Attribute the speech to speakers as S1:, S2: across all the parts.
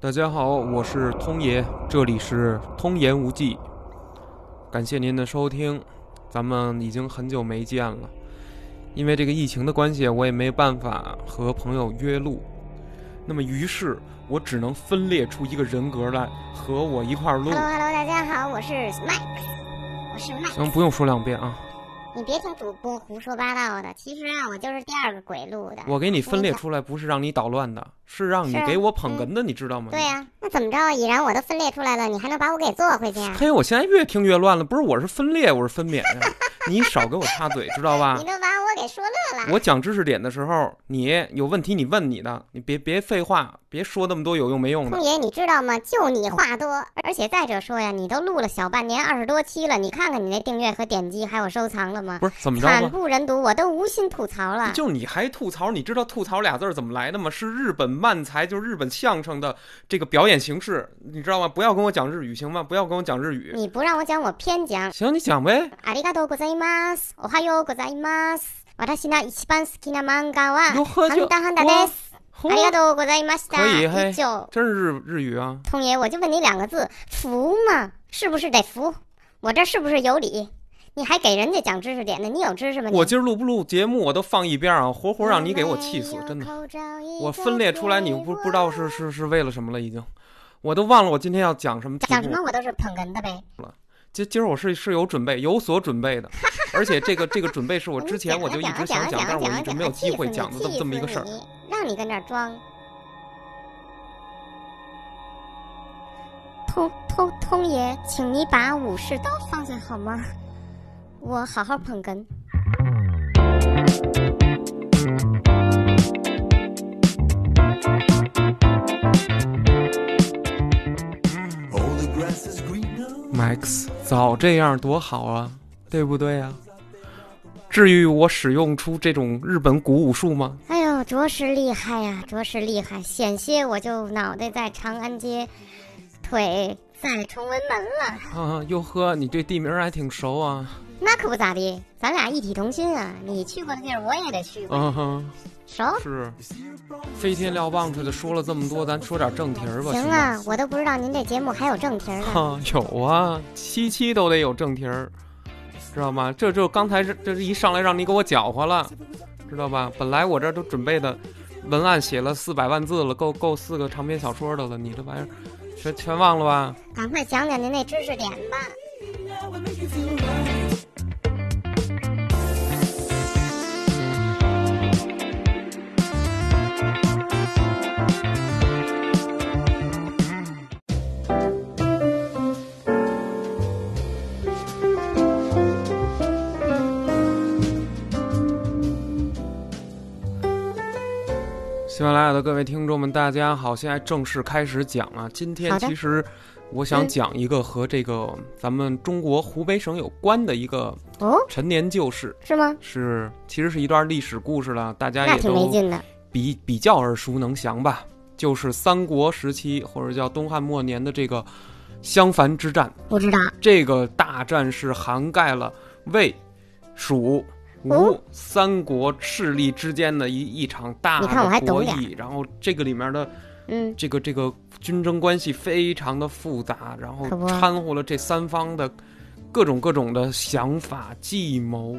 S1: 大家好，我是通爷，这里是通言无忌。感谢您的收听，咱们已经很久没见了，因为这个疫情的关系，我也没办法和朋友约录。那么，于是我只能分裂出一个人格来和我一块儿录
S2: h e l l。o h e l l o 大家好，我是 Max，我是 Max。
S1: 行，不用说两遍啊，
S2: 你别听主播胡说八道的，其实啊，我就是第二个鬼录的。
S1: 我给你分裂出来不是让你捣乱的，是让你
S2: 是啊
S1: 给我捧哏的，你知道吗？
S2: 对呀、那怎么着？已然我都分裂出来了，你还能把我给做回去啊？
S1: 嘿，我现在越听越乱了，不是我是分裂，我是分娩呀，你少给我插嘴，知道吧
S2: 你？都把我给说乐了。
S1: 啊我讲知识点的时候，你有问题你问你的，你别别废话，别说那么多有用没用
S2: 通
S1: 的。
S2: 爷，你知道吗？就你话多，而且再者说呀，你都录了小半年，二十多期了，你看看你那订阅和点击还有收藏了吗？
S1: 不是怎么着
S2: 惨
S1: 吧？
S2: 不忍睹，我都无心吐槽了。
S1: 就你还吐槽？你知道“吐槽”俩字儿怎么来的吗？是日本漫才，就是日本相声的这个表演形式，你知道吗？不要跟我讲日语行吗？不要跟我讲日语。
S2: 你不让我讲，我偏讲。
S1: 行，你讲呗。
S2: ありがとうございます。おはようございます。私の一番好きな漫画は、
S1: 哟呵，
S2: ハ
S1: 就
S2: ンターハンターです。
S1: 嚯
S2: ありがとうございました。
S1: 可以嘿
S2: 以上。
S1: 真是日日语啊！
S2: 通爷，我就问你两个字，服吗？是不是得服？我这是不是有理？你还给人家讲知识点呢？你有知识吗？你
S1: 我今儿录不录节目我都放一边儿啊，活活让你给我气死，真的。。我分裂出来，你不不知道是是是为了什么了，已经，我都忘了我今天要讲什么题目。
S2: 讲什么，我都是捧哏的呗。
S1: 今今儿我是是有准备，有所准 备的，而且这个这个准备是我
S2: 你
S1: 之前
S2: 讲啊
S1: 我就一
S2: 讲啊
S1: 直想
S2: 讲
S1: 讲
S2: 啊，
S1: 但是
S2: 啊
S1: 我一直没有
S2: 讲啊
S1: 机会
S2: 气死
S1: 讲
S2: 你
S1: 的这么
S2: 气
S1: 这么一
S2: 死
S1: 个事儿。
S2: 你，让你跟这儿装。通通通爷，请你把武士刀放下好吗？我好好捧哏。
S3: Oh, the grass is greener.
S1: Max，早这样多好啊，对不对啊？至于我使用出这种日本古武术吗？
S2: 哎呦，着实厉害呀、着实厉害！险些我就脑袋在长安街，腿在崇文门了。
S1: 啊，哟呵，你对地名还挺熟啊。
S2: 那可不咋的，咱俩异体同心啊！你去过的地儿，我也得去过。
S1: 嗯哼，
S2: 熟？
S1: 是，飞天撂棒槌的说了这么多，咱说点正题儿吧。
S2: 行
S1: 行
S2: 啊，我都不知道您这节目还有正题儿呢。
S1: 哈， 有啊，七期都得有正题儿，知道吗？这就刚才这这一上来让你给我搅和了，知道吧？本来我这都准备的文案写了四百万字了，够够四个长篇小说的了，你这玩意儿全全忘了吧？
S2: 赶快讲讲您那知识点吧。
S1: 喜马拉雅的各位听众们，大家好，现在正式开始讲啊。今天
S2: 好的
S1: 其实我
S2: 嗯
S1: 想讲一个和这个咱们中国湖北省有关的一个
S2: 哦，
S1: 陈年旧事，
S2: 是吗？
S1: 是其实是一段历史故事了，大家
S2: 那
S1: 也
S2: 挺
S1: 都
S2: 没劲的。
S1: 比比较耳熟能详吧，就是三国时期或者叫东汉末年的这个襄樊之战。
S2: 不知道
S1: 这个大战是涵盖了魏、蜀、吴
S2: 哦
S1: 三国势力之间的一一场大
S2: 你看我还
S1: 的
S2: 懂
S1: 博
S2: 点儿
S1: 弈，然后这个里面的
S2: 嗯，
S1: 这个这个军争关系非常的复杂，然后
S2: 可不
S1: 掺和了这三方的各种各种的想法、计谋、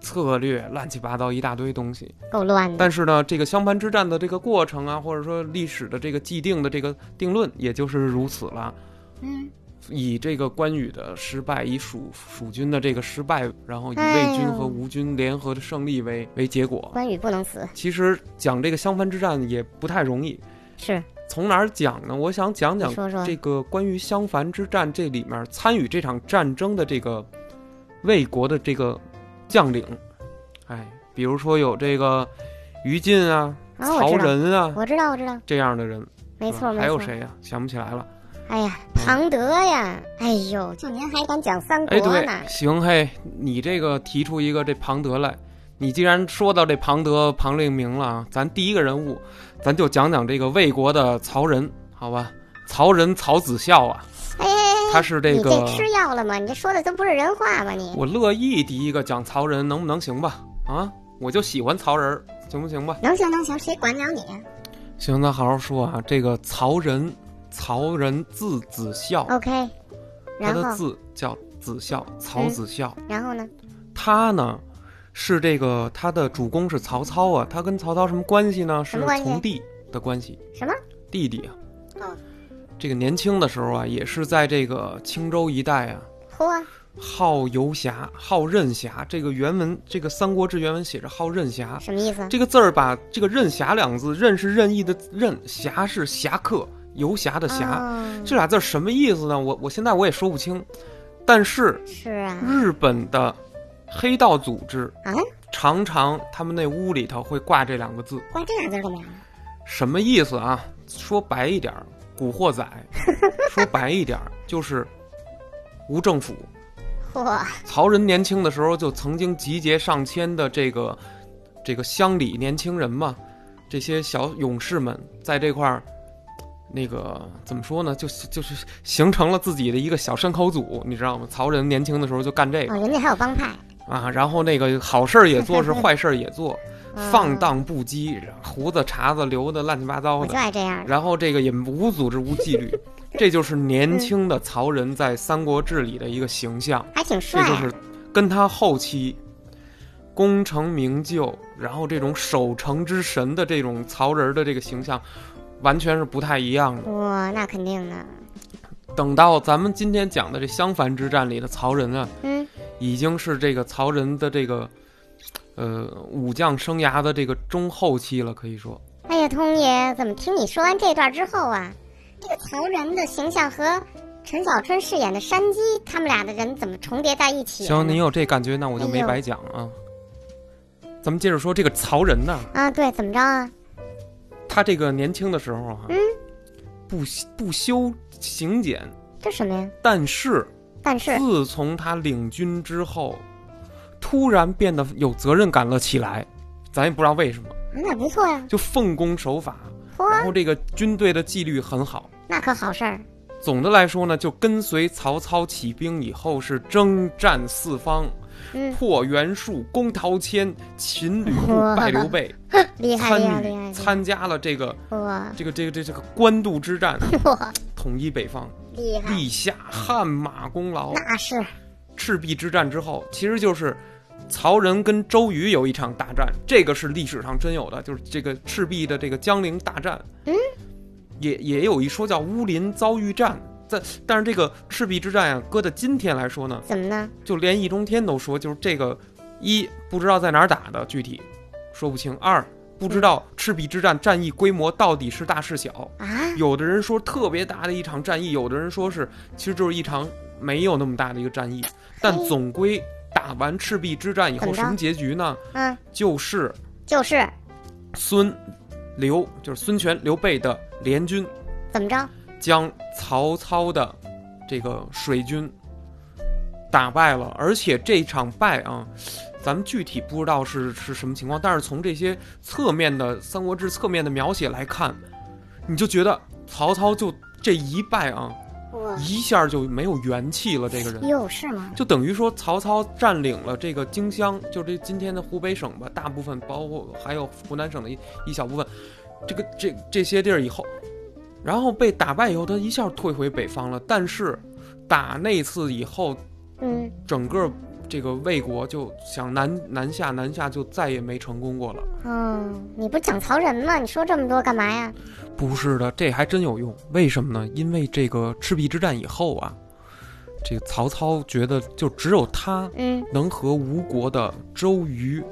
S1: 策略，乱七八糟一大堆东西。
S2: 嗯够乱的。
S1: 但是呢，这个襄樊之战的这个过程啊，或者说历史的这个既定的这个定论，也就是如此了。
S2: 嗯，
S1: 以这个关羽的失败，以蜀蜀军的这个失败，然后以
S2: 哎
S1: 魏军
S2: 呦
S1: 和吴军联合的胜利为为结果。
S2: 关羽不能死，
S1: 其实讲这个襄樊之战也不太容易，
S2: 是
S1: 从哪儿讲呢？我想讲讲
S2: 你说说
S1: 这个关于襄樊之战这里面参与这场战争的这个魏国的这个将领，哎，比如说有这个于禁啊、
S2: 啊，我
S1: 曹
S2: 知道，
S1: 仁啊
S2: 我知道，我知道，
S1: 这样的人，
S2: 没
S1: 是吧
S2: 错，没错。
S1: 还有？谁嗯呀、想不起来了。
S2: 哎呀，庞德呀！哎呦，就您还敢讲三
S1: 哎，
S2: 国
S1: 对
S2: 呢？，
S1: 行嘿，你这个提出一个这庞德来，你既然说到这庞德、庞令明了啊，咱第一个人物，咱就讲讲这个魏国的曹仁，好吧？曹仁，曹子孝啊，
S2: 哎哎，
S1: 他是
S2: 你
S1: 这个
S2: 这，吃药了吗？你这说的都不是人话吧你？
S1: 我乐意第一个讲曹仁，能不能行吧？啊，我就喜欢曹仁儿，行不行吧？
S2: 能行能行，谁管了你啊？
S1: 行，咱好好说啊。这个曹仁，曹仁字子孝，
S2: ，OK。
S1: 他
S2: 哦然
S1: 的
S2: 后，
S1: 字叫子孝，曹子孝。
S2: 然后呢？
S1: 他呢，是这个他的主公是曹操啊，他跟曹操什么关系呢？
S2: 什
S1: 是
S2: 么关系
S1: 从弟的关系，
S2: 什么？
S1: 弟弟啊。
S2: 哦
S1: 这个年轻的时候啊，也是在这个青州一带啊，
S2: 嚯，
S1: 好游侠，好任侠。这个原文，这个《三国志》原文写着好任侠，
S2: 什么意思？
S1: 这个字儿把这个“任侠”两个字，“任”是任意的“任”，“侠”是侠客，游侠的“侠”。
S2: 哦
S1: 这俩字儿什么意思呢？我我现在我也说不清。但是
S2: 是啊，
S1: 日本的黑道组织
S2: 啊，
S1: 常常他们那屋里头会挂这两个字，
S2: 挂这俩字干嘛？
S1: 什么意思啊？说白一点儿，古惑仔；说白一点儿，就是无政府。
S2: 嚯，
S1: 曹仁年轻的时候就曾经集结上千的这个这个乡里年轻人嘛，这些小勇士们在这块儿，那个怎么说呢，就是就是形成了自己的一个小山口组，你知道吗？曹仁年轻的时候就干这
S2: 哦，
S1: 个
S2: 人家还有帮派，
S1: 啊，然后那个好事儿也做， 是坏事儿也做，
S2: 嗯
S1: 放。荡不羁，胡子茬子留的乱七八糟
S2: 嗯我
S1: 的
S2: 就，爱这样的。
S1: 然后这个也无组织无纪 律，这就是年轻的曹仁在《三国志》里的一个形象。
S2: 还挺帅
S1: 这就
S2: 啊，
S1: 是跟他后期功成名就，然后这种守城之神的这种曹仁儿的这个形象，完全是不太一样的。
S2: 哇，那肯定的，
S1: 等到咱们今天讲的这襄樊之战里的曹仁啊，
S2: 嗯，
S1: 已经是这个曹仁的这个呃武将生涯的这个中后期了，可以说。
S2: 哎呀，通爷，怎么听你说完这段之后啊，这个曹仁的形象和陈小春饰演的山鸡他们俩的人怎么重叠在一起了呢？
S1: 行，您有这感觉，那我就
S2: 哎
S1: 没
S2: 呦
S1: 白讲啊。咱们接着说这个曹仁呐、
S2: 啊，对，怎么着啊？
S1: 他这个年轻的时候啊，
S2: 嗯
S1: 不不修行俭，
S2: 这什么呀？
S1: 但是
S2: 但是
S1: 自从他领军之后，突然变得有责任感了起来，咱也不知道为什么，
S2: 嗯那不错呀、
S1: 就奉公守法，然
S2: 嚯，
S1: 后这个军队的纪律很好。
S2: 那可好事儿。
S1: 总的来说呢，就跟随曹操起兵以后是征战四方，
S2: 嗯，
S1: 破袁术、攻陶谦、擒吕布、
S2: 哇
S1: 败刘备，
S2: 厉害
S1: 参
S2: 厉害
S1: 与
S2: 厉害！
S1: 参加了这个
S2: 哇
S1: 这个这个这个这个官渡之战，
S2: 哇，
S1: 统一北方，
S2: 厉害！
S1: 立下汗马功劳。
S2: 那是
S1: 赤壁之战之后，其实就是曹仁跟周瑜有一场大战，这个是历史上真有的，就是这个赤壁的这个江陵大战。
S2: 嗯，
S1: 也也有一说叫乌林遭遇战。但但是这个赤壁之战呀、搁到今天来说呢，
S2: 怎么呢？
S1: 就连易中天都说，就是这个一不知道在哪儿打的，具体说不清；二不知道赤壁之战战役规模到底是大是小。
S2: 啊，
S1: 有的人说特别大的一场战役，有的人说是其实就是一场没有那么大的一个战役，但
S2: 嘿
S1: 总归打完赤壁之战以
S2: 怎
S1: 后，
S2: 么着
S1: 什么结局呢？
S2: 嗯，
S1: 就是
S2: 就是
S1: 孙、刘，就是孙权、刘备的联军
S2: 怎么着？
S1: 将曹操的这个水军打败了，而且这场败啊，咱们具体不知道是是什么情况，但是从这些侧面的《三国志》侧面的描写来看，你就觉得曹操就这一败啊，
S2: 哇，
S1: 一下就没有元气了，这个人。
S2: 哟，是吗？
S1: 就等于说，曹操占领了这个荆襄，就这今天的湖北省吧，大部分包括还有湖南省的一一小部分，这个这这些地儿以后，然后被打败以后，他一下退回北方了。但是打那次以后，
S2: 嗯，
S1: 整个这个魏国就想南南下，南下就再也没成功过了。
S2: 哦，你不是讲曹仁吗？你说这么多干嘛呀？
S1: 不是的，这还真有用。为什么呢？因为这个赤壁之战以后啊，这个曹操觉得就只有他
S2: 嗯，
S1: 能和吴国的周瑜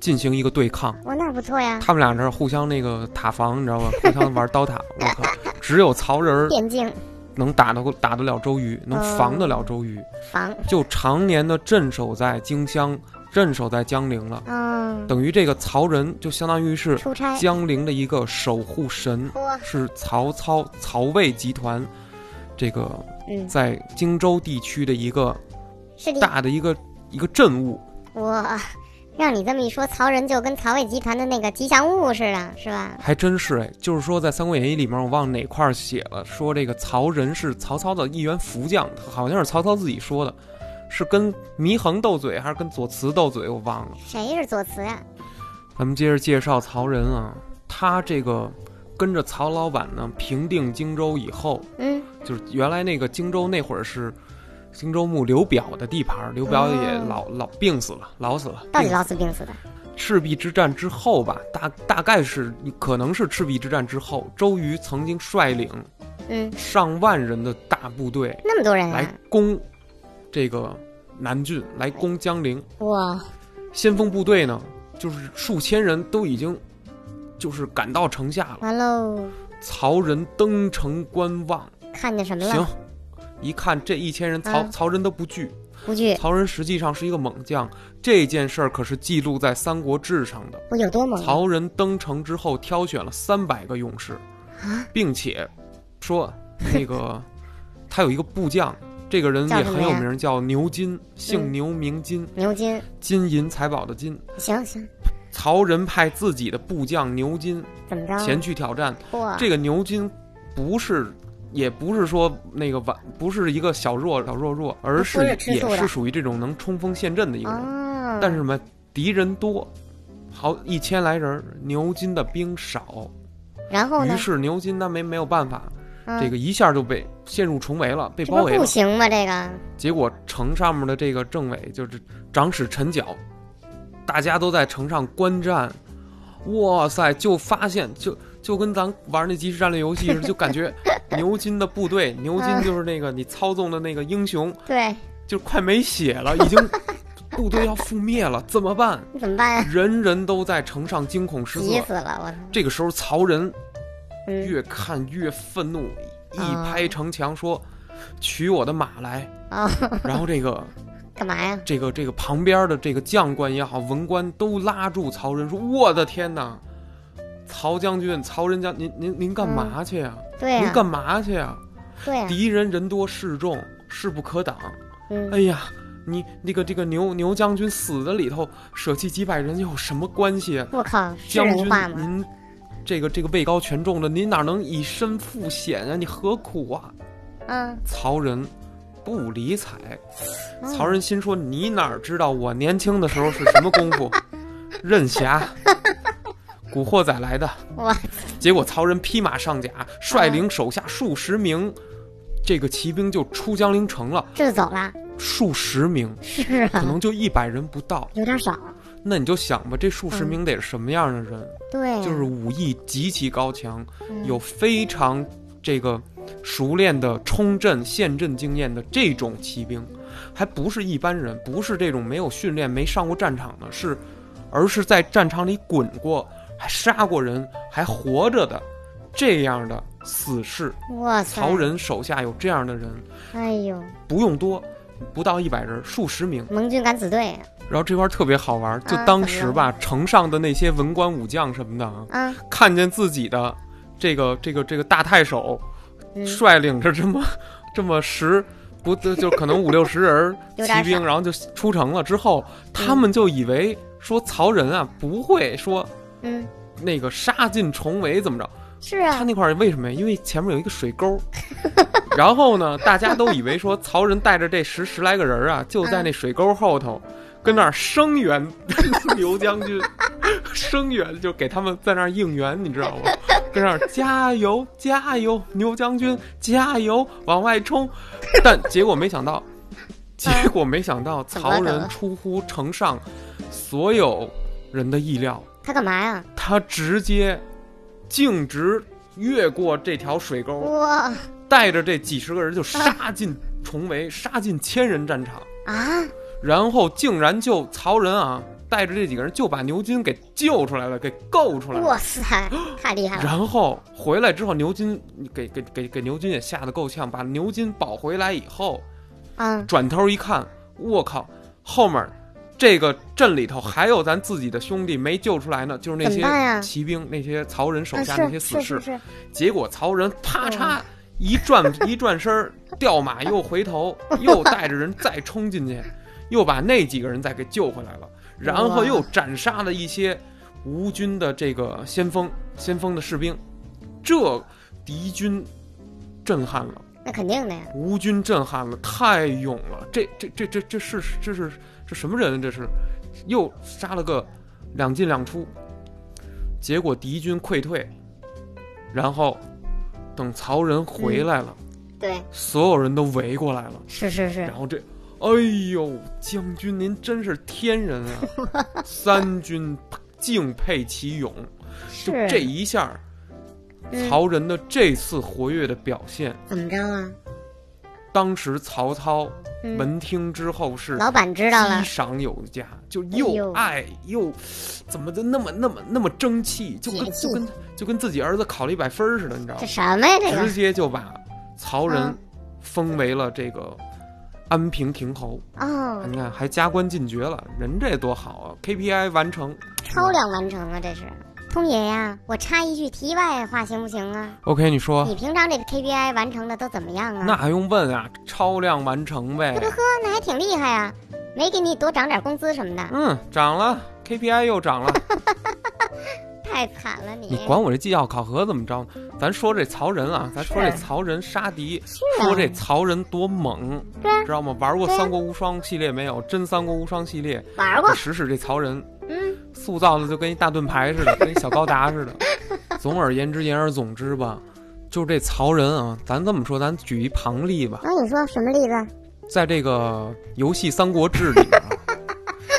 S1: 进行一个对抗。
S2: 我那不错呀，
S1: 他们俩这儿互相那个塔防，你知道吧？互相玩刀塔，我靠！只有曹仁儿
S2: 电竞
S1: 能打得过、打得了周瑜，能防得了周瑜，
S2: 房，
S1: 就常年的镇守在荆襄，镇守在江陵了。
S2: 嗯，
S1: 等于这个曹仁就相当于是
S2: 出差。
S1: 江陵的一个守护神，
S2: 嚯，
S1: 是曹操曹魏集团这个
S2: 嗯，
S1: 在荆州地区的一个
S2: 是的，
S1: 大的一个一个镇务。
S2: 我让你这么一说，曹仁就跟曹魏集团的那个吉祥物似的，是吧？
S1: 还真是哎，就是说在《三国演义》里面，我忘哪块儿写了，说这个曹仁是曹操的一员副将，好像是曹操自己说的，是跟祢衡斗嘴还是跟左慈斗嘴，我忘了。
S2: 谁是左慈呀？
S1: 咱们接着介绍曹仁啊，他这个跟着曹老板呢平定荆州以后，
S2: 嗯，
S1: 就是原来那个荆州那会儿是荆州牧刘表的地盘儿，刘表也
S2: 哦
S1: 老、老病死了，老死了。
S2: 到底
S1: 病死
S2: 老死病死的？
S1: 赤壁之战之后吧，大大概是可能是赤壁之战之后，周瑜曾经率领
S2: 嗯，
S1: 上万人的大部队
S2: 那么多人
S1: 来
S2: 啊！
S1: 攻这个南郡，来攻江陵。
S2: 哇，
S1: 先锋部队呢，就是数千人都已经就是赶到城下了。
S2: 完喽，
S1: 曹仁登城观望，
S2: 看见什么
S1: 行
S2: 了？，
S1: 一看这一千人，曹、
S2: 嗯
S1: 曹仁都不惧。
S2: 不惧，
S1: 曹仁实际上是一个猛将，这件事儿可是记录在《三国志》上的。
S2: 我有多猛啊？
S1: 曹仁登城之后，挑选了三百个勇士，并且说那 个他有一个部将，这个人
S2: 叫
S1: 也
S2: 什么
S1: 很有
S2: 呀
S1: 名，叫牛金，姓
S2: 嗯
S1: 牛名金，
S2: 牛筋，
S1: 金银财宝的金。
S2: 行行，
S1: 曹仁派自己的部将牛金
S2: 怎么着？
S1: 前去挑战，
S2: 嚯，
S1: 这个牛金不是。也不是说那个完，不是一个小弱小弱弱，而是
S2: 不是吃素
S1: 也
S2: 的
S1: 是属于这种能冲锋陷阵的一个人。
S2: 哦，
S1: 但是什么敌人多，好一千来人儿，牛金的兵少，
S2: 然后呢
S1: 于？是牛金他没没有办法，
S2: 哦嗯
S1: 这个一下就被陷入重围了，被
S2: 这
S1: 包
S2: 不
S1: 围
S2: 是
S1: 了
S2: 不。行吗？这个
S1: 结果城上面的这个政委就是长史陈角，大家都在城上观战，哇塞，就发现就。就跟咱玩那即时战略游戏似的，就感 觉牛金的部队，牛金
S2: 嗯
S1: 就是那个你操纵的那个英雄，
S2: 对，
S1: 就快没血了，已经部队要覆灭了，怎么办？
S2: 你怎么办呀？
S1: 人人都在城上惊恐失
S2: 急
S1: 色。
S2: 死了，我操！
S1: 这个时候，曹仁
S2: 嗯，
S1: 越看越愤怒，一
S2: 啊
S1: 拍城墙说：“取我的马来
S2: 哦，！”
S1: 然后这个
S2: 干嘛呀？
S1: 这个这个旁边的这个将官也好，文官都拉住曹仁说：“我的天哪，曹将军，曹仁将，您您您干嘛去呀、
S2: 嗯对呀
S1: 您，干嘛去呀、
S2: 对啊呀，
S1: 敌人人多势众，势不可挡。
S2: 嗯，
S1: 哎呀，你那个这个牛牛将军死在里头，舍弃几百人有什么关系啊？”
S2: 我靠，是
S1: 将军
S2: 人话，吗？
S1: 您这个这个位高权重的，您哪能以身赴险啊？你何苦啊？
S2: 嗯，
S1: 曹仁不理睬，
S2: 嗯
S1: 曹仁心说：“你哪知道我年轻的时候是什么功 夫？任侠，古惑仔来的。
S2: 哇，”
S1: 结果曹仁披马上甲，率
S2: 嗯
S1: 领手下数十名这个骑兵就出江陵城了，
S2: 这就走了，
S1: 数十名，
S2: 是
S1: 可
S2: 啊，
S1: 能就一百人不到。
S2: 有点少，
S1: 那你就想吧，这数
S2: 嗯
S1: 十名得是什么样的人？
S2: 对呀，
S1: 就是武艺极其高强，
S2: 嗯
S1: 有非常这个熟练的冲阵、陷阵经验的这种骑兵，还不是一般人，不是这种没有训练、没上过战场的，是，而是在战场里滚过、还杀过人、还活着的这样的死士。
S2: 哇塞，
S1: 曹仁手下有这样的人，
S2: 哎呦，
S1: 不用多，不到一百人，数十名。
S2: 盟军敢死队
S1: 然后这块儿特别好玩，就
S2: 啊
S1: 当
S2: 怎么
S1: 时
S2: 样
S1: 吧，城上的那些文官武将什么的啊，
S2: 啊，
S1: 看见自己的这个这个这个大太守
S2: 嗯，
S1: 率领着这么这么十不就就可能五六十人儿
S2: 有点
S1: 骑兵，
S2: 少嗯
S1: 然后就出城了之后，他们就以为说曹仁啊不会说
S2: 嗯，
S1: 那个杀进重围怎么着，
S2: 是
S1: 他
S2: 啊，
S1: 那块儿为什么呀？因为前面有一个水沟， 然后呢，大家都以为说曹仁带着这十十来个人儿 啊，就在那水沟后头，跟那儿声援 刘将军， 声援就给他们在那儿应援，你知道吗？ 跟那儿加油加油，牛将军加油，往外冲！但结果没想 到，结果没想到，
S2: 啊怎么了
S1: 曹
S2: 怎么
S1: 仁
S2: 了
S1: 出乎城上所有人的意料，
S2: 他干嘛呀？
S1: 他直接径直越过这条水沟，
S2: 哇
S1: 带着这几十个人就杀进重围，杀进千人战场，
S2: 啊，
S1: 然后竟然就曹仁啊，带着这几个人就把牛金给救出来了，给救出来了。
S2: 哇塞，太厉害了，
S1: 然后回来之后，牛金给给给给牛金也吓得够呛，把牛金保回来以后，
S2: 嗯，
S1: 转头一看，我靠，后面这个镇里头还有咱自己的兄弟没救出来呢，就是那
S2: 怎么办
S1: 些
S2: 呀
S1: 骑兵、那些曹仁手
S2: 啊
S1: 下那
S2: 是
S1: 些死
S2: 是
S1: 士
S2: 是。是，
S1: 结果曹仁啪嚓一转 一转身儿，掉马又回头，又带着人再冲进去，又把那几个人再给救回来了，然后
S2: 哇
S1: 又斩杀了一些吴军的这个先锋先锋的士兵，这敌军震撼了。
S2: 那肯定的呀，
S1: 吴军震撼了，太勇了！这这这这这是这是这什么人啊？这是又杀了个两进两出，结果敌军溃退，然后等曹仁回来了，
S2: 对，
S1: 所有人都围过来了，
S2: 是是是
S1: 然，后这，哎呦，将军您真是天人啊！三军敬佩其勇，就是这一下儿，
S2: 嗯
S1: 曹仁的这次活跃的表现，
S2: 怎么着啊？
S1: 当时曹操
S2: 嗯
S1: 闻听之后是
S2: 老板知道了
S1: 激，赏有加，就
S2: 哎呦
S1: 又爱又怎么的那么那么那么争气，就跟
S2: 解气
S1: 就跟就跟自己儿子考了一百分儿似的，你知道吗
S2: 这？什么呀？这
S1: 直
S2: 个
S1: 接就把曹仁
S2: 嗯
S1: 封为了这个安平亭侯。
S2: 哦，
S1: 你看，还加官进爵了，人这多好啊！KPI 完成，
S2: 超量完成啊，这是。通爷呀，我插一句题外话行不行啊？
S1: OK，你说
S2: 你平常这个 KPI 完成的都怎么样啊？
S1: 那还用问啊？超量完成呗。
S2: 那还挺厉害啊，没给你多涨点工资什么的，
S1: 嗯，涨了，KPI 又涨了。
S2: 太惨了你。
S1: 你管我这绩效考核怎么着呢？咱说这曹仁啊，咱说这曹仁杀敌，
S2: 啊
S1: 说这曹仁多猛
S2: 对啊，
S1: 知道吗？玩过
S2: 对
S1: 《
S2: 啊
S1: 三国无双》系列没有？真《三国无双》系列，
S2: 玩过，
S1: 使使这曹仁
S2: 嗯，
S1: 塑造的就跟一大盾牌似的，跟一小高达似的。总而言之，言而总之吧，就是这曹仁啊，咱这么说，咱举一旁例吧，
S2: 那、你说什么例子？
S1: 在这个游戏《三国志》里面啊，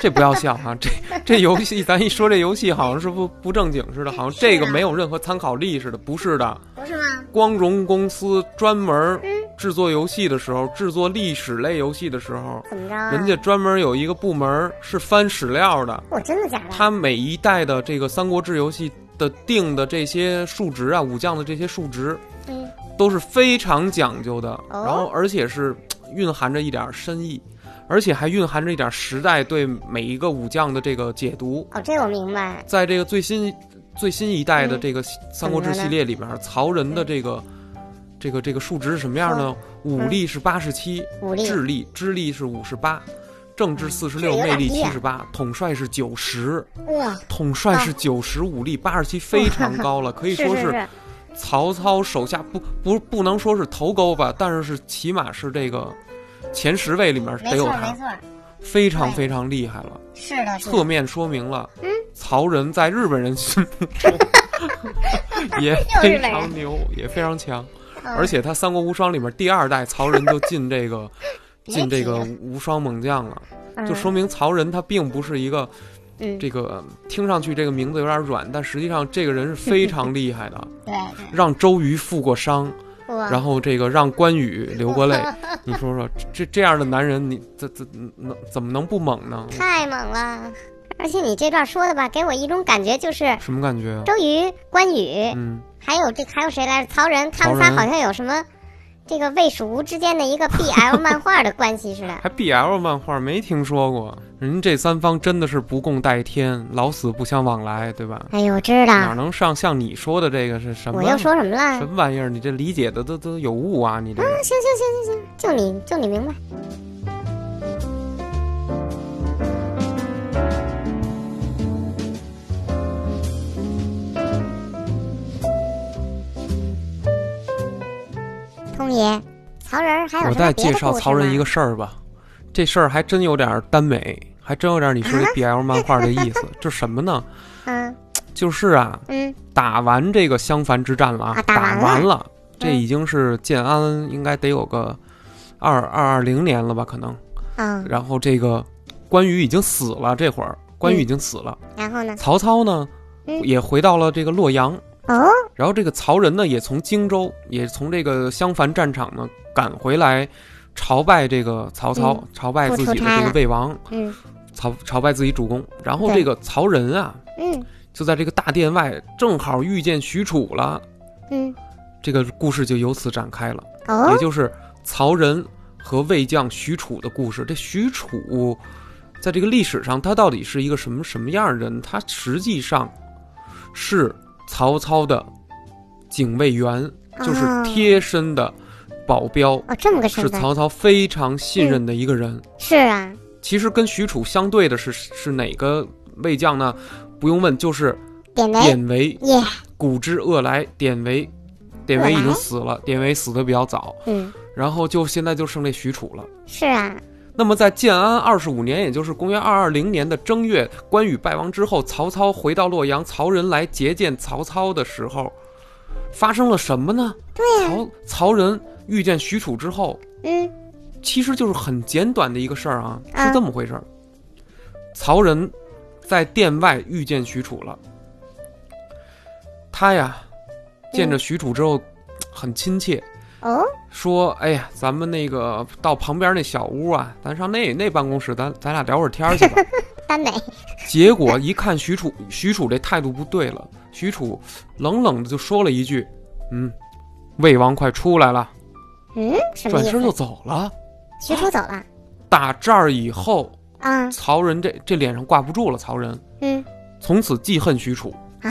S1: 这不要笑啊，这这游戏咱一说这游戏好像是不不正经似的，好像这个没有任何参考例似的，不是的。
S2: 不是吗？
S1: 光荣公司专门制作游戏的时候，制作历史类游戏的时候，
S2: 怎么着啊？
S1: 人家专门有一个部门是翻史料的，
S2: 我哦真的假的？
S1: 它每一代的这个《三国志》游戏的定的这些数值啊，武将的这些数值
S2: 嗯，
S1: 都是非常讲究的，
S2: 哦
S1: 然后而且是嘖蕴含着一点深意，而且还蕴含着一点时代对每一个武将的这个解读。
S2: 哦，这我明白。
S1: 在这个最新最新一代的
S2: 嗯
S1: 这个《三国志》系列里面，曹仁的这个这个这个数值是什么样呢？
S2: 嗯
S1: 武力是八十七，
S2: 武力
S1: 智力智力是五十八，政治四十
S2: 嗯这
S1: 六，
S2: 有
S1: 内
S2: 点
S1: 力
S2: 低
S1: 七
S2: 啊
S1: 十八，统帅是九十。
S2: 哇，
S1: 统帅是九十五力，八十七非常高 了，可以
S2: 啊是
S1: 说
S2: 是
S1: 是
S2: 是，
S1: 曹操手下不不不能说是头钩吧，但是是起码是这个前十位里面
S2: 没
S1: 得有
S2: 错
S1: 他
S2: 没，错，
S1: 非常
S2: 对
S1: 非常厉害了。
S2: 是的，是
S1: 侧
S2: 的。
S1: 面说明了
S2: 嗯
S1: 曹仁在日本人心目 中也非常牛，也非常强。
S2: 嗯
S1: 而且他《三国无双》里面第二代曹仁就进这 个
S2: 别
S1: 进这
S2: 提
S1: 个
S2: 了
S1: 无双猛将了，
S2: 嗯
S1: 就说明曹仁他并不是一个。
S2: 嗯，
S1: 这个听上去这个名字有点软，但实际上这个人是非常厉害的，
S2: 对对，
S1: 让周瑜负过伤，
S2: 哇，
S1: 然后这个让关羽流过 泪。你说说，这这样的男人，你怎怎能怎么能不猛呢？
S2: 太猛了。而且你这段说的吧，给我一种感觉就是
S1: 什么感觉啊？
S2: 周瑜、关羽，
S1: 嗯，
S2: 还有这还有谁来着？曹仁，他们仨
S1: 曹仁
S2: 好像有什么这个魏蜀吴之间的一个 BL 漫画的关系似的。
S1: 还 BL 漫画没听说过，人家这三方真的是不共戴天，老死不相往来，对吧？
S2: 哎呦，知道。
S1: 哪能上像你说的这个是什么？
S2: 我又说啊什么了？
S1: 什么玩意儿？你这理解的都都有误啊！你这个。
S2: 行行行行行，就你就你明白。通爷，曹仁儿还有
S1: 我
S2: 什么
S1: 再
S2: 别
S1: 介
S2: 的
S1: 绍
S2: 故事
S1: 曹仁
S2: 吗
S1: 一个，事儿吧，这事儿还真有点儿耽美，还真有点儿你说
S2: 啊
S1: 这 BL 漫画的意思。 这什么呢？
S2: 嗯
S1: 就是啊，
S2: 嗯，
S1: 打完这个襄樊之战了啊，
S2: 啊打
S1: 打
S2: 完了
S1: 了，这
S2: 嗯
S1: 已经是建安应该得有个二二二零年了吧，可能。
S2: 嗯，
S1: 然后这个关羽已经死了，这会儿关羽已经死了，
S2: 然后呢？
S1: 曹操呢
S2: 嗯
S1: 也回到了这个洛阳，
S2: 哦，
S1: 然后这个曹仁呢，也从荆州，也从这个襄樊战场呢赶回来，朝拜这个曹操，
S2: 嗯
S1: 朝拜自己的
S2: 不出差
S1: 这个
S2: 了
S1: 魏王，
S2: 嗯
S1: 朝朝拜自己主公。然后
S2: 对
S1: 这个曹仁啊，
S2: 嗯
S1: 就在这个大殿外正好遇见许褚了，
S2: 嗯，
S1: 这个故事就由此展开了，也
S2: 哦，
S1: 就是曹仁和魏将许褚的故事。这许褚在这个历史上，他到底是一个什么什么样的人？他实际上是曹操的警卫员。就是
S2: 哦
S1: 贴身的保镖，
S2: 哦，这么个
S1: 是
S2: 身份，
S1: 曹操非常信任的一个人。
S2: 是啊，
S1: 其实跟许褚相对的是是哪个魏将呢？不用问，就是
S2: 典韦，
S1: 典韦。
S2: 耶，
S1: 古之恶来，典韦，典韦已经死了，典韦死的比较早，
S2: 嗯，
S1: 然后就现在就剩这许褚了。
S2: 是啊，
S1: 那么，在建安二十五年，也就是公元二二零年的正月，关羽败亡之后，曹操回到洛阳，曹仁来接见曹操的时候，发生了什么呢？
S2: 对呀、
S1: 曹曹仁遇见许褚之后，
S2: 嗯
S1: 其实就是很简短的一个事儿啊，
S2: 啊
S1: 是这么回事儿。曹仁在殿外遇见许褚了，他呀见着许褚之后很亲切，
S2: 哦
S1: 说：“哎呀，咱们那个到旁边那小屋啊，咱上那那办公室，咱咱俩聊会儿天儿去吧。”
S2: 耽美
S1: 结果一看许褚，许褚这态度不对了，许褚冷冷的就说了一句：“嗯，魏王快出来了。
S2: 嗯”什么
S1: 转
S2: 意
S1: 身就
S2: 思？
S1: 走了。
S2: 徐褚走了
S1: 打这儿以后，
S2: 啊
S1: 曹仁这这脸上挂不住了，曹仁
S2: 嗯
S1: 从此记恨许褚
S2: 啊，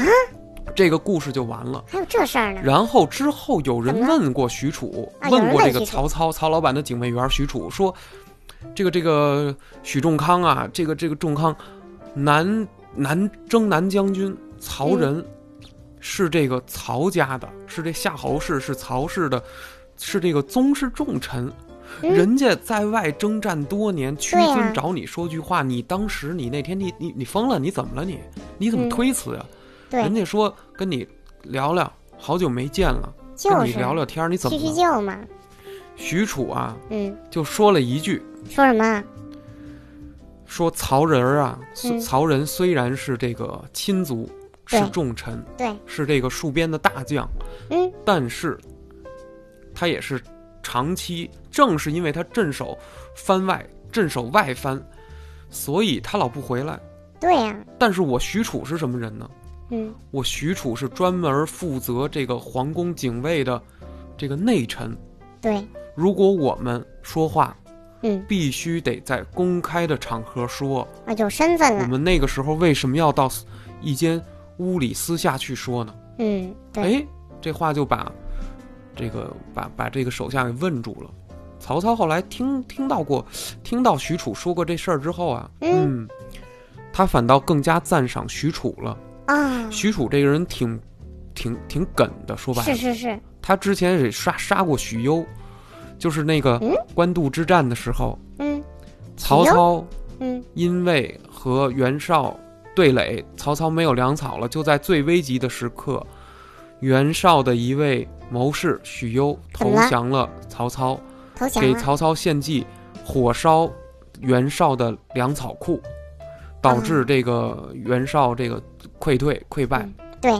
S1: 这个故事就完了。
S2: 还有这事儿呢？
S1: 然后之后有人
S2: 怎么
S1: 问过许褚，
S2: 啊有
S1: 问
S2: 人
S1: 过
S2: 问
S1: 这个
S2: 许褚
S1: 曹操曹老板的警卫员许褚说，这个这个许仲康啊，这个这个仲康，南南征南将军曹仁、
S2: 嗯
S1: 是这个曹家的，是这夏侯氏，是曹氏的，是这个宗室重臣。
S2: 嗯
S1: 人家在外征战多年，屈
S2: 对啊呀
S1: 尊找你说句话，你当时你那天你你你疯了，你怎么了你？你怎么
S2: 嗯
S1: 推辞呀、
S2: 对
S1: 人，家说跟你聊聊，好久没见了，
S2: 就
S1: 跟你
S2: 是
S1: 聊聊天儿，你怎么
S2: 叙叙
S1: 了？
S2: 旧嘛。
S1: 许褚啊，
S2: 嗯，
S1: 就说了一句，
S2: 说什么？
S1: 说曹仁儿啊，虽
S2: 嗯
S1: 曹仁虽然是这个亲族，是
S2: 对
S1: 重臣，
S2: 对，
S1: 是这个戍边的大将，
S2: 嗯，
S1: 但是他也是长期，正是因为他镇守番外，镇守外番，所以他老不回来。
S2: 对呀、
S1: 但是我许褚是什么人呢？
S2: 嗯，
S1: 我许褚是专门负责这个皇宫警卫的这个内臣。
S2: 对，
S1: 如果我们说话，
S2: 嗯
S1: 必须得在公开的场合说。
S2: 啊，有身份
S1: 我
S2: 了。
S1: 们那个时候为什么要到一间屋里私下去说呢？
S2: 嗯，对，
S1: 哎，这话就把这个把把这个手下给问住了。曹操后来听听到过，听到许褚说过这事儿之后啊，
S2: 嗯
S1: 嗯，他反倒更加赞赏许褚了。
S2: 啊、
S1: 许褚这个人挺挺挺梗的，说白
S2: 是
S1: 了，
S2: 是是，
S1: 他之前也杀杀过许攸，就是那个
S2: 嗯
S1: 官渡之战的时候，
S2: 嗯
S1: 曹
S2: 许攸
S1: 操
S2: 嗯
S1: 因为和袁绍对垒，曹操没有粮草了，就在最危急的时刻，袁绍的一位谋士许攸
S2: 怎
S1: 投
S2: 么了
S1: 降了曹操，
S2: 投降
S1: 给
S2: 了。
S1: 曹操献计，火烧袁绍的粮草库，导致这个袁绍这个溃退溃败。
S2: 嗯对，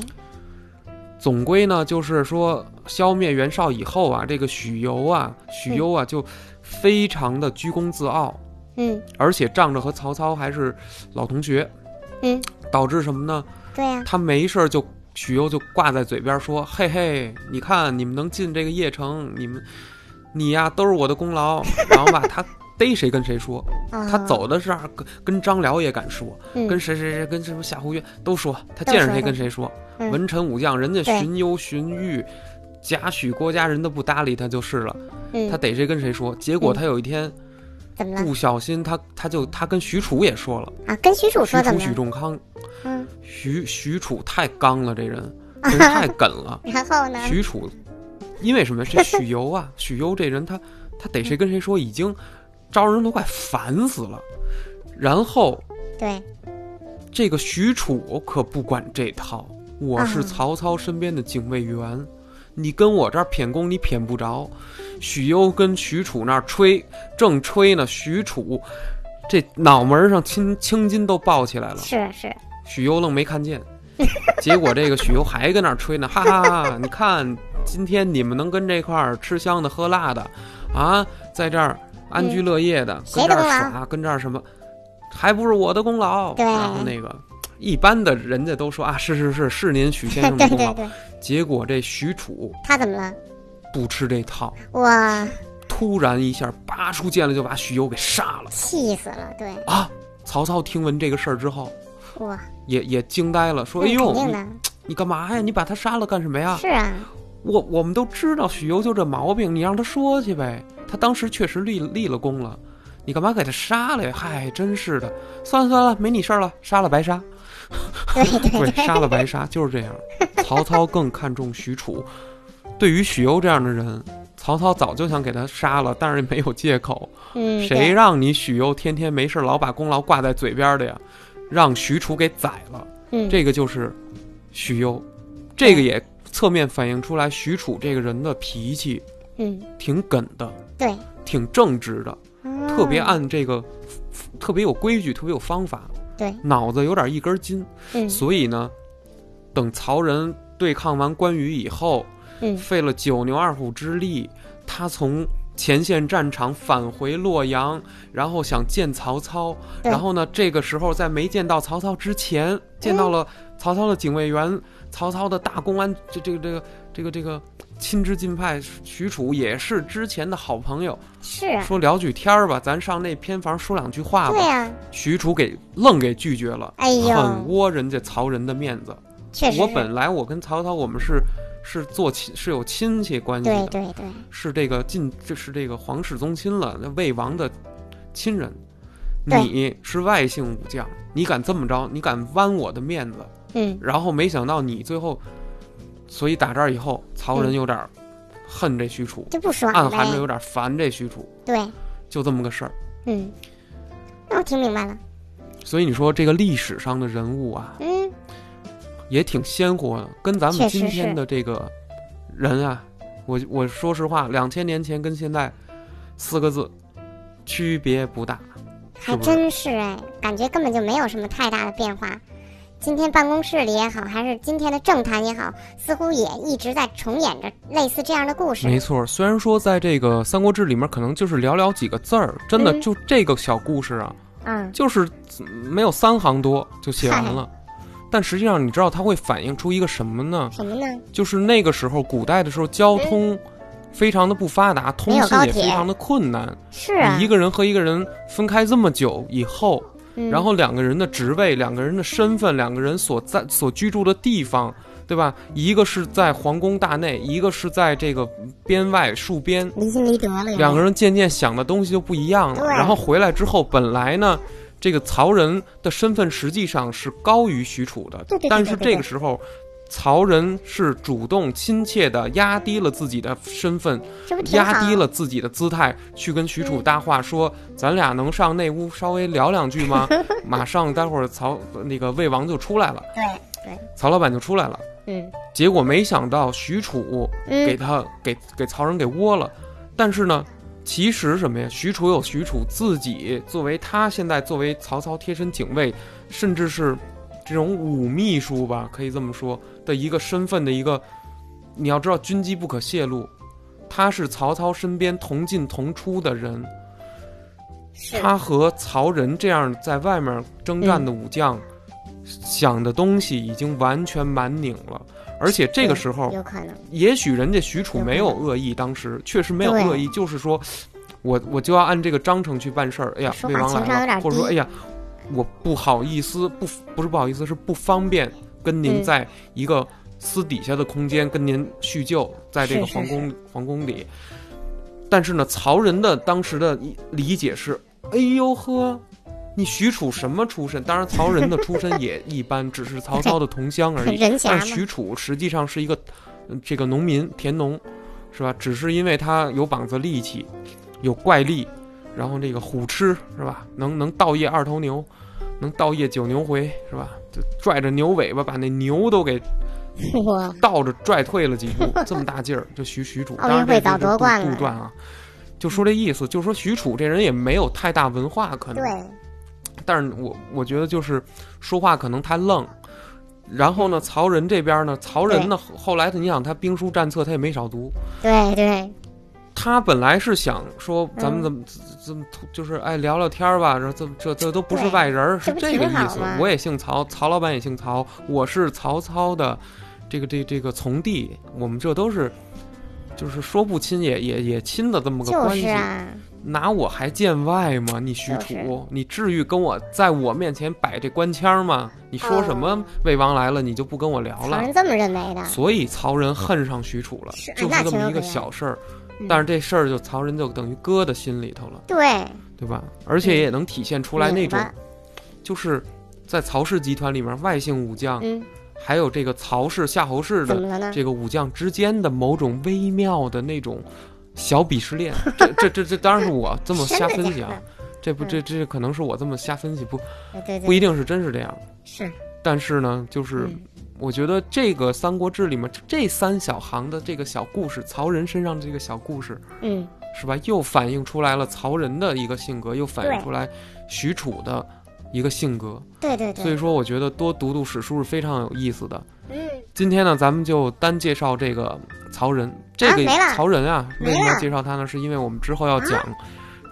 S1: 总归呢，就是说消灭袁绍以后啊，这个许攸啊，许攸啊，就非常的居功自傲，
S2: 嗯
S1: 而且仗着和曹操还是老同学，
S2: 嗯，
S1: 导致什么呢？
S2: 对呀、
S1: 他没事儿就许攸就挂在嘴边说：“嘿嘿，你看你们能进这个邺城，你们你呀都是我的功 劳。”然后吧，他逮谁跟谁说，
S2: 啊，
S1: 他走的时候跟跟张辽也敢说，
S2: 嗯
S1: 跟谁谁谁跟什么夏侯渊都说，他
S2: 都
S1: 见着
S2: 说
S1: 谁
S2: 都
S1: 跟谁说。
S2: 嗯
S1: 文臣武将，人家
S2: 对
S1: 荀攸、荀彧、贾诩、郭嘉人都不搭理他就是了，
S2: 嗯
S1: 他逮谁跟谁说。结果
S2: 嗯
S1: 他有一天
S2: 怎么了
S1: 不小心，他他就他跟许褚也说了，
S2: 啊？跟许褚
S1: 许
S2: 说怎
S1: 褚、
S2: 么
S1: 许
S2: 了？
S1: 仲康，
S2: 嗯，
S1: 许许褚太刚了，这 人这人太梗了。
S2: 然后呢？
S1: 许褚因为什么？这许攸啊，许攸这人他他逮谁跟谁说，已经招人都快烦死了。然后
S2: 对，
S1: 这个许褚可不管这套，我是
S2: 啊
S1: 曹操身边的警卫员，你跟我这儿谝功你谝不着。许攸跟许褚那儿吹，正吹呢，许褚这脑门上青青筋都爆起来了，
S2: 是是，
S1: 许攸愣没看见。结果这个许攸还跟那儿吹呢，哈哈哈！你看今天你们能跟这块儿吃香的喝辣的，啊，在这儿安居乐业的，
S2: 嗯谁
S1: 跟
S2: 的
S1: 这儿
S2: 功劳
S1: 耍，跟这儿什么，还不是我的功劳？
S2: 对
S1: 然后那个一般的人家都说啊，是是是，是您许先生的
S2: 对
S1: 功
S2: 对
S1: 劳。
S2: 对，
S1: 结果这许褚
S2: 他怎么了？
S1: 不吃这套，
S2: 哇，
S1: 突然一下拔出剑来就把许攸给杀了
S2: 气死了！对，
S1: 啊！曹操听闻这个事儿之后，
S2: 哇，
S1: 也也惊呆了，说：“哎
S2: 那
S1: 呦，
S2: 嗯肯定
S1: 你
S2: 的，
S1: 你干嘛呀？你把他杀了干什么呀？”
S2: 是啊，
S1: 我我们都知道许攸就这毛病，你让他说去呗。他当时确实立立了功了，你干嘛给他杀了呀？嗨，真是的，算了算了，没你事儿了，杀了白杀。
S2: 对对
S1: 对，
S2: 对，
S1: 杀了白杀就是这样。曹操更看重许褚，对于许攸这样的人，曹操早就想给他杀了，但是没有借口。
S2: 嗯，
S1: 谁
S2: 对
S1: 让你许攸天天没事儿老把功劳挂在嘴边的呀？让许褚给宰了，
S2: 嗯
S1: 这个就是许攸，这个也侧面反映出来许褚这个人的脾气
S2: 嗯，
S1: 挺梗的，
S2: 对，
S1: 挺正直的，特别
S2: 哦，
S1: 按这个，特别有规矩，特别有方法，
S2: 对，
S1: 脑子有点一根筋。
S2: 嗯
S1: 所以呢，等曹仁对抗完关羽以后，
S2: 嗯
S1: 费了九牛二虎之力，他从前线战场返回洛阳，然后想见曹操。
S2: 对
S1: 然后呢，这个时候在没见到曹操之前，见到了
S2: 嗯
S1: 曹操的警卫员、曹操的大公安，这这个这个这个这个亲之近派许褚也是之前的好朋友，
S2: 是啊，
S1: 说聊句天儿吧，咱上那偏房说两句话
S2: 对
S1: 吧。
S2: 啊，
S1: 许褚给愣给拒绝了。
S2: 哎
S1: 很
S2: 呦，
S1: 窝人家曹仁的面子。
S2: 确实是，
S1: 我本来我跟曹操我们是是做亲是有亲戚关系
S2: 对
S1: 的，
S2: 对对，
S1: 是这个晋这是这个皇室宗亲了，那魏王的亲人。
S2: 对
S1: 你是外姓武将，你敢这么着？你敢剜我的面子？
S2: 嗯，
S1: 然后没想到你最后，所以打这儿以后，曹仁
S2: 嗯
S1: 有点儿恨这许褚，
S2: 就不爽
S1: 暗含着有
S2: 呗，
S1: 点烦这许褚，
S2: 对，
S1: 就这么个事儿。
S2: 嗯，那我听明白了，
S1: 所以你说这个历史上的人物啊，
S2: 嗯，
S1: 也挺鲜活的，跟咱们
S2: 确实
S1: 今天的这个人啊，我我说实话，两千年前跟现在四个字区别不大，
S2: 还
S1: 是不是
S2: 真是哎，感觉根本就没有什么太大的变化。今天办公室里也好，还是今天的政坛也好，似乎也一直在重演着类似这样的故事。
S1: 没错。虽然说在这个《三国志》里面，可能就是寥寥几个字儿，真的
S2: 嗯
S1: 就这个小故事啊，
S2: 嗯，
S1: 就是嗯没有三行多就写完 了。但实际上，你知道它会反映出一个什么呢？
S2: 什么呢？
S1: 就是那个时候，古代的时候，交通非常的不发达，通
S2: 嗯没有
S1: 信
S2: 高
S1: 也
S2: 铁
S1: 非常的困难。
S2: 是啊，
S1: 你一个人和一个人分开这么久以后，
S2: 嗯
S1: 然后两个人的职位、两个人的身份、两个人所在所居住的地方，对吧？一个是在皇宫大内，一个是在这个边外戍边，
S2: 离心离德了有点，
S1: 两个人渐渐想的东西就不一样了。
S2: 对
S1: 然后回来之后，本来呢，这个曹仁的身份实际上是高于许褚的，
S2: 对对对
S1: 但是
S2: 对对
S1: 这个时候。曹仁是主动亲切的压低了自己的身份，
S2: 这不挺好嗯
S1: 压低了自己的姿态，去跟许褚搭话，说：“咱俩能上那屋稍微聊两句 吗？”马上，待会儿曹那个魏王就出来了，
S2: 对对，
S1: 曹老板就出来了。
S2: 嗯
S1: 结果没想到许褚给
S2: 嗯，
S1: 他给给曹仁给窝了，但是呢，其实什么呀？许褚有许褚自己作为他现在作为曹操贴身警卫，甚至是这种武秘书吧，可以这么说的一个身份的一个，你要知道军机不可泄露，他是曹操身边同进同出的人，
S2: 是嗯
S1: 他和曹仁这样在外面征战的武将，想的东西已经完全满拧了，而且这个时候
S2: 有可能，
S1: 也许人家许褚
S2: 有可能
S1: 没有恶意，当时确实没有恶意，就是说，我我就要按这个章程去办事儿。哎呀，
S2: 说
S1: 魏
S2: 话
S1: 王
S2: 情商
S1: 来
S2: 有
S1: 了，
S2: 点
S1: 或者说，哎
S2: 低
S1: 呀，我不好意思，不不是不好意思，是不方便跟您
S2: 嗯
S1: 在一个私底下的空间跟您叙旧，在这个
S2: 是是
S1: 皇宫皇宫里。但是呢，曹仁的当时的理解是，哎呦呵。你许褚什么出身？当然，曹仁的出身也一般，只是曹操的同乡而已。
S2: 人啊侠
S1: 但
S2: 嘛
S1: 是，许褚实际上是一个呃这个农民田农，是吧？只是因为他有膀子力气，有怪力，然后这个虎吃是吧？能能倒夜二头牛，能倒夜九牛回是吧？就拽着牛尾巴把那牛都给
S2: 我
S1: 倒着拽退了几步， 这么大劲儿，就许许褚。
S2: 奥运
S1: 当然
S2: 会
S1: 这这
S2: 早
S1: 是
S2: 夺
S1: 杜
S2: 冠了
S1: 杜撰啊，就说这意思，就说许褚这人也没有太大文化，可能
S2: 对，
S1: 但是我我觉得就是说话可能太愣。然后呢，曹仁这边呢，曹仁呢，后后来你想他兵书战策他也没少读，
S2: 对对，
S1: 他本来是想说
S2: 嗯
S1: 咱们怎么怎么就是哎聊聊天儿吧，然后这这这都不是
S2: 对
S1: 外人儿，是
S2: 这不
S1: 这个
S2: 挺好
S1: 意思
S2: 吗。
S1: 我也姓曹，曹老板也姓曹，我是曹操的这个这这个从弟，我们这都是就是说不亲也也也亲的这么个
S2: 就
S1: 关系。
S2: 是啊，
S1: 拿我还见外吗？你许褚，
S2: 就是
S1: 你至于跟我在我面前摆这官腔吗？你说什么魏王来了，你就不跟我聊
S2: 嗯曹
S1: 了？
S2: 人这么认为的，
S1: 所以曹仁恨上许褚了
S2: 是，哎
S1: 就是这么一个
S2: 那情有可原
S1: 小事儿
S2: 嗯。
S1: 但是这事儿就曹仁就等于搁在心里头了，
S2: 对，
S1: 对
S2: 嗯
S1: 吧？而且也能体现出来那
S2: 拧
S1: 种，啊
S2: 巴
S1: 就是在曹氏集团里面外姓武将，
S2: 嗯，
S1: 还有这个曹氏、夏侯氏
S2: 怎
S1: 的
S2: 么了呢？
S1: 这个武将之间的某种微妙的那种小鄙视 链。这这这这当然是我这么
S2: 真
S1: 瞎
S2: 的
S1: 分
S2: 假
S1: 析啊
S2: 的，
S1: 这不
S2: 嗯
S1: 这这可能是我这么瞎分析，不
S2: 哎对
S1: 不一
S2: 对，
S1: 定是真是这样。
S2: 是
S1: 但是呢，就是
S2: 嗯
S1: 我觉得这个《三国志》里面这三小行的这个小故事，曹仁身上的这个小故事，
S2: 嗯，
S1: 是吧？又反映出来了曹仁的一个性格，又反映出来许褚的一个性格。
S2: 对对
S1: 所以
S2: 对，
S1: 说，我觉得多读读史书是非常有意思的。
S2: 嗯，
S1: 今天呢，咱们就单介绍这个曹仁。这个
S2: 没了
S1: 曹仁啊，
S2: 没
S1: 为什么要
S2: 了
S1: 介绍他呢？是因为我们之后要
S2: 啊
S1: 讲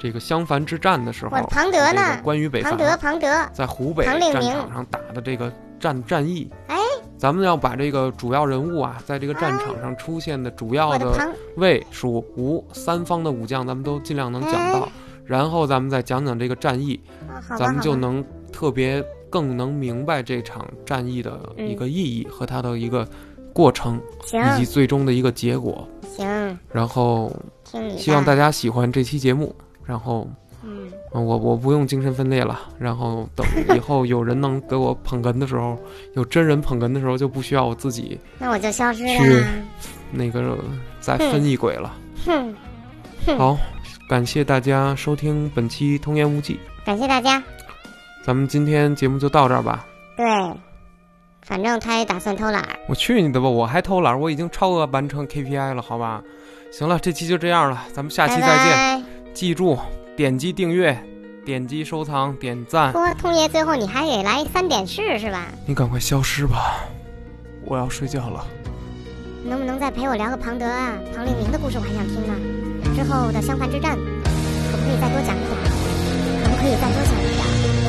S1: 这个襄樊之战的时候
S2: 我，庞
S1: 这
S2: 德
S1: 个
S2: 呢？
S1: 关羽北啊伐
S2: 庞德，庞德，
S1: 在湖北
S2: 庞
S1: 战
S2: 令明
S1: 场上打的这个战战役。
S2: 哎，
S1: 咱们要把这个主要人物啊，在这个战场上出现的主要
S2: 我的
S1: 的
S2: 庞，
S1: 魏、蜀、吴三方的武将，咱们都尽量能讲
S2: 哎
S1: 到，然后咱们再讲讲这个战役，
S2: 哦好吧，
S1: 咱们就
S2: 好吧
S1: 能特别更能明白这场战役的一个意义和它的一个过程，以及
S2: 行
S1: 最终的一个结果。
S2: 行，
S1: 然后
S2: 听你的。
S1: 希望大家喜欢这期节目，然后。
S2: 嗯，
S1: 嗯，我我不用精神分裂了，然后等以后有人能给我捧哏的时候，有真人捧哏的时候，就不需要我自己
S2: 那我就消失
S1: 去
S2: 了。
S1: 那个再
S2: 嗯
S1: 分一轨了。
S2: 哼，
S1: 好，感谢大家收听本期《童言无忌》，
S2: 感谢大家。
S1: 咱们今天节目就到这儿吧。
S2: 对，反正他也打算偷懒儿。
S1: 我去你的吧，我还偷懒，我已经超额完成 KPI 了，好吧？行了，这期就这样了，咱们下期再见。
S2: 拜
S1: 记住，点击订阅，点击收藏，点赞
S2: 拜。。说通爷，最后你还给来三点式是吧？
S1: 你赶快消失吧，我要睡觉了。
S2: 能不能再陪我聊个庞德啊、庞令明的故事？我还想听呢。之后的襄樊之战，可不可以再多讲一点儿？可不可以再多讲一点儿？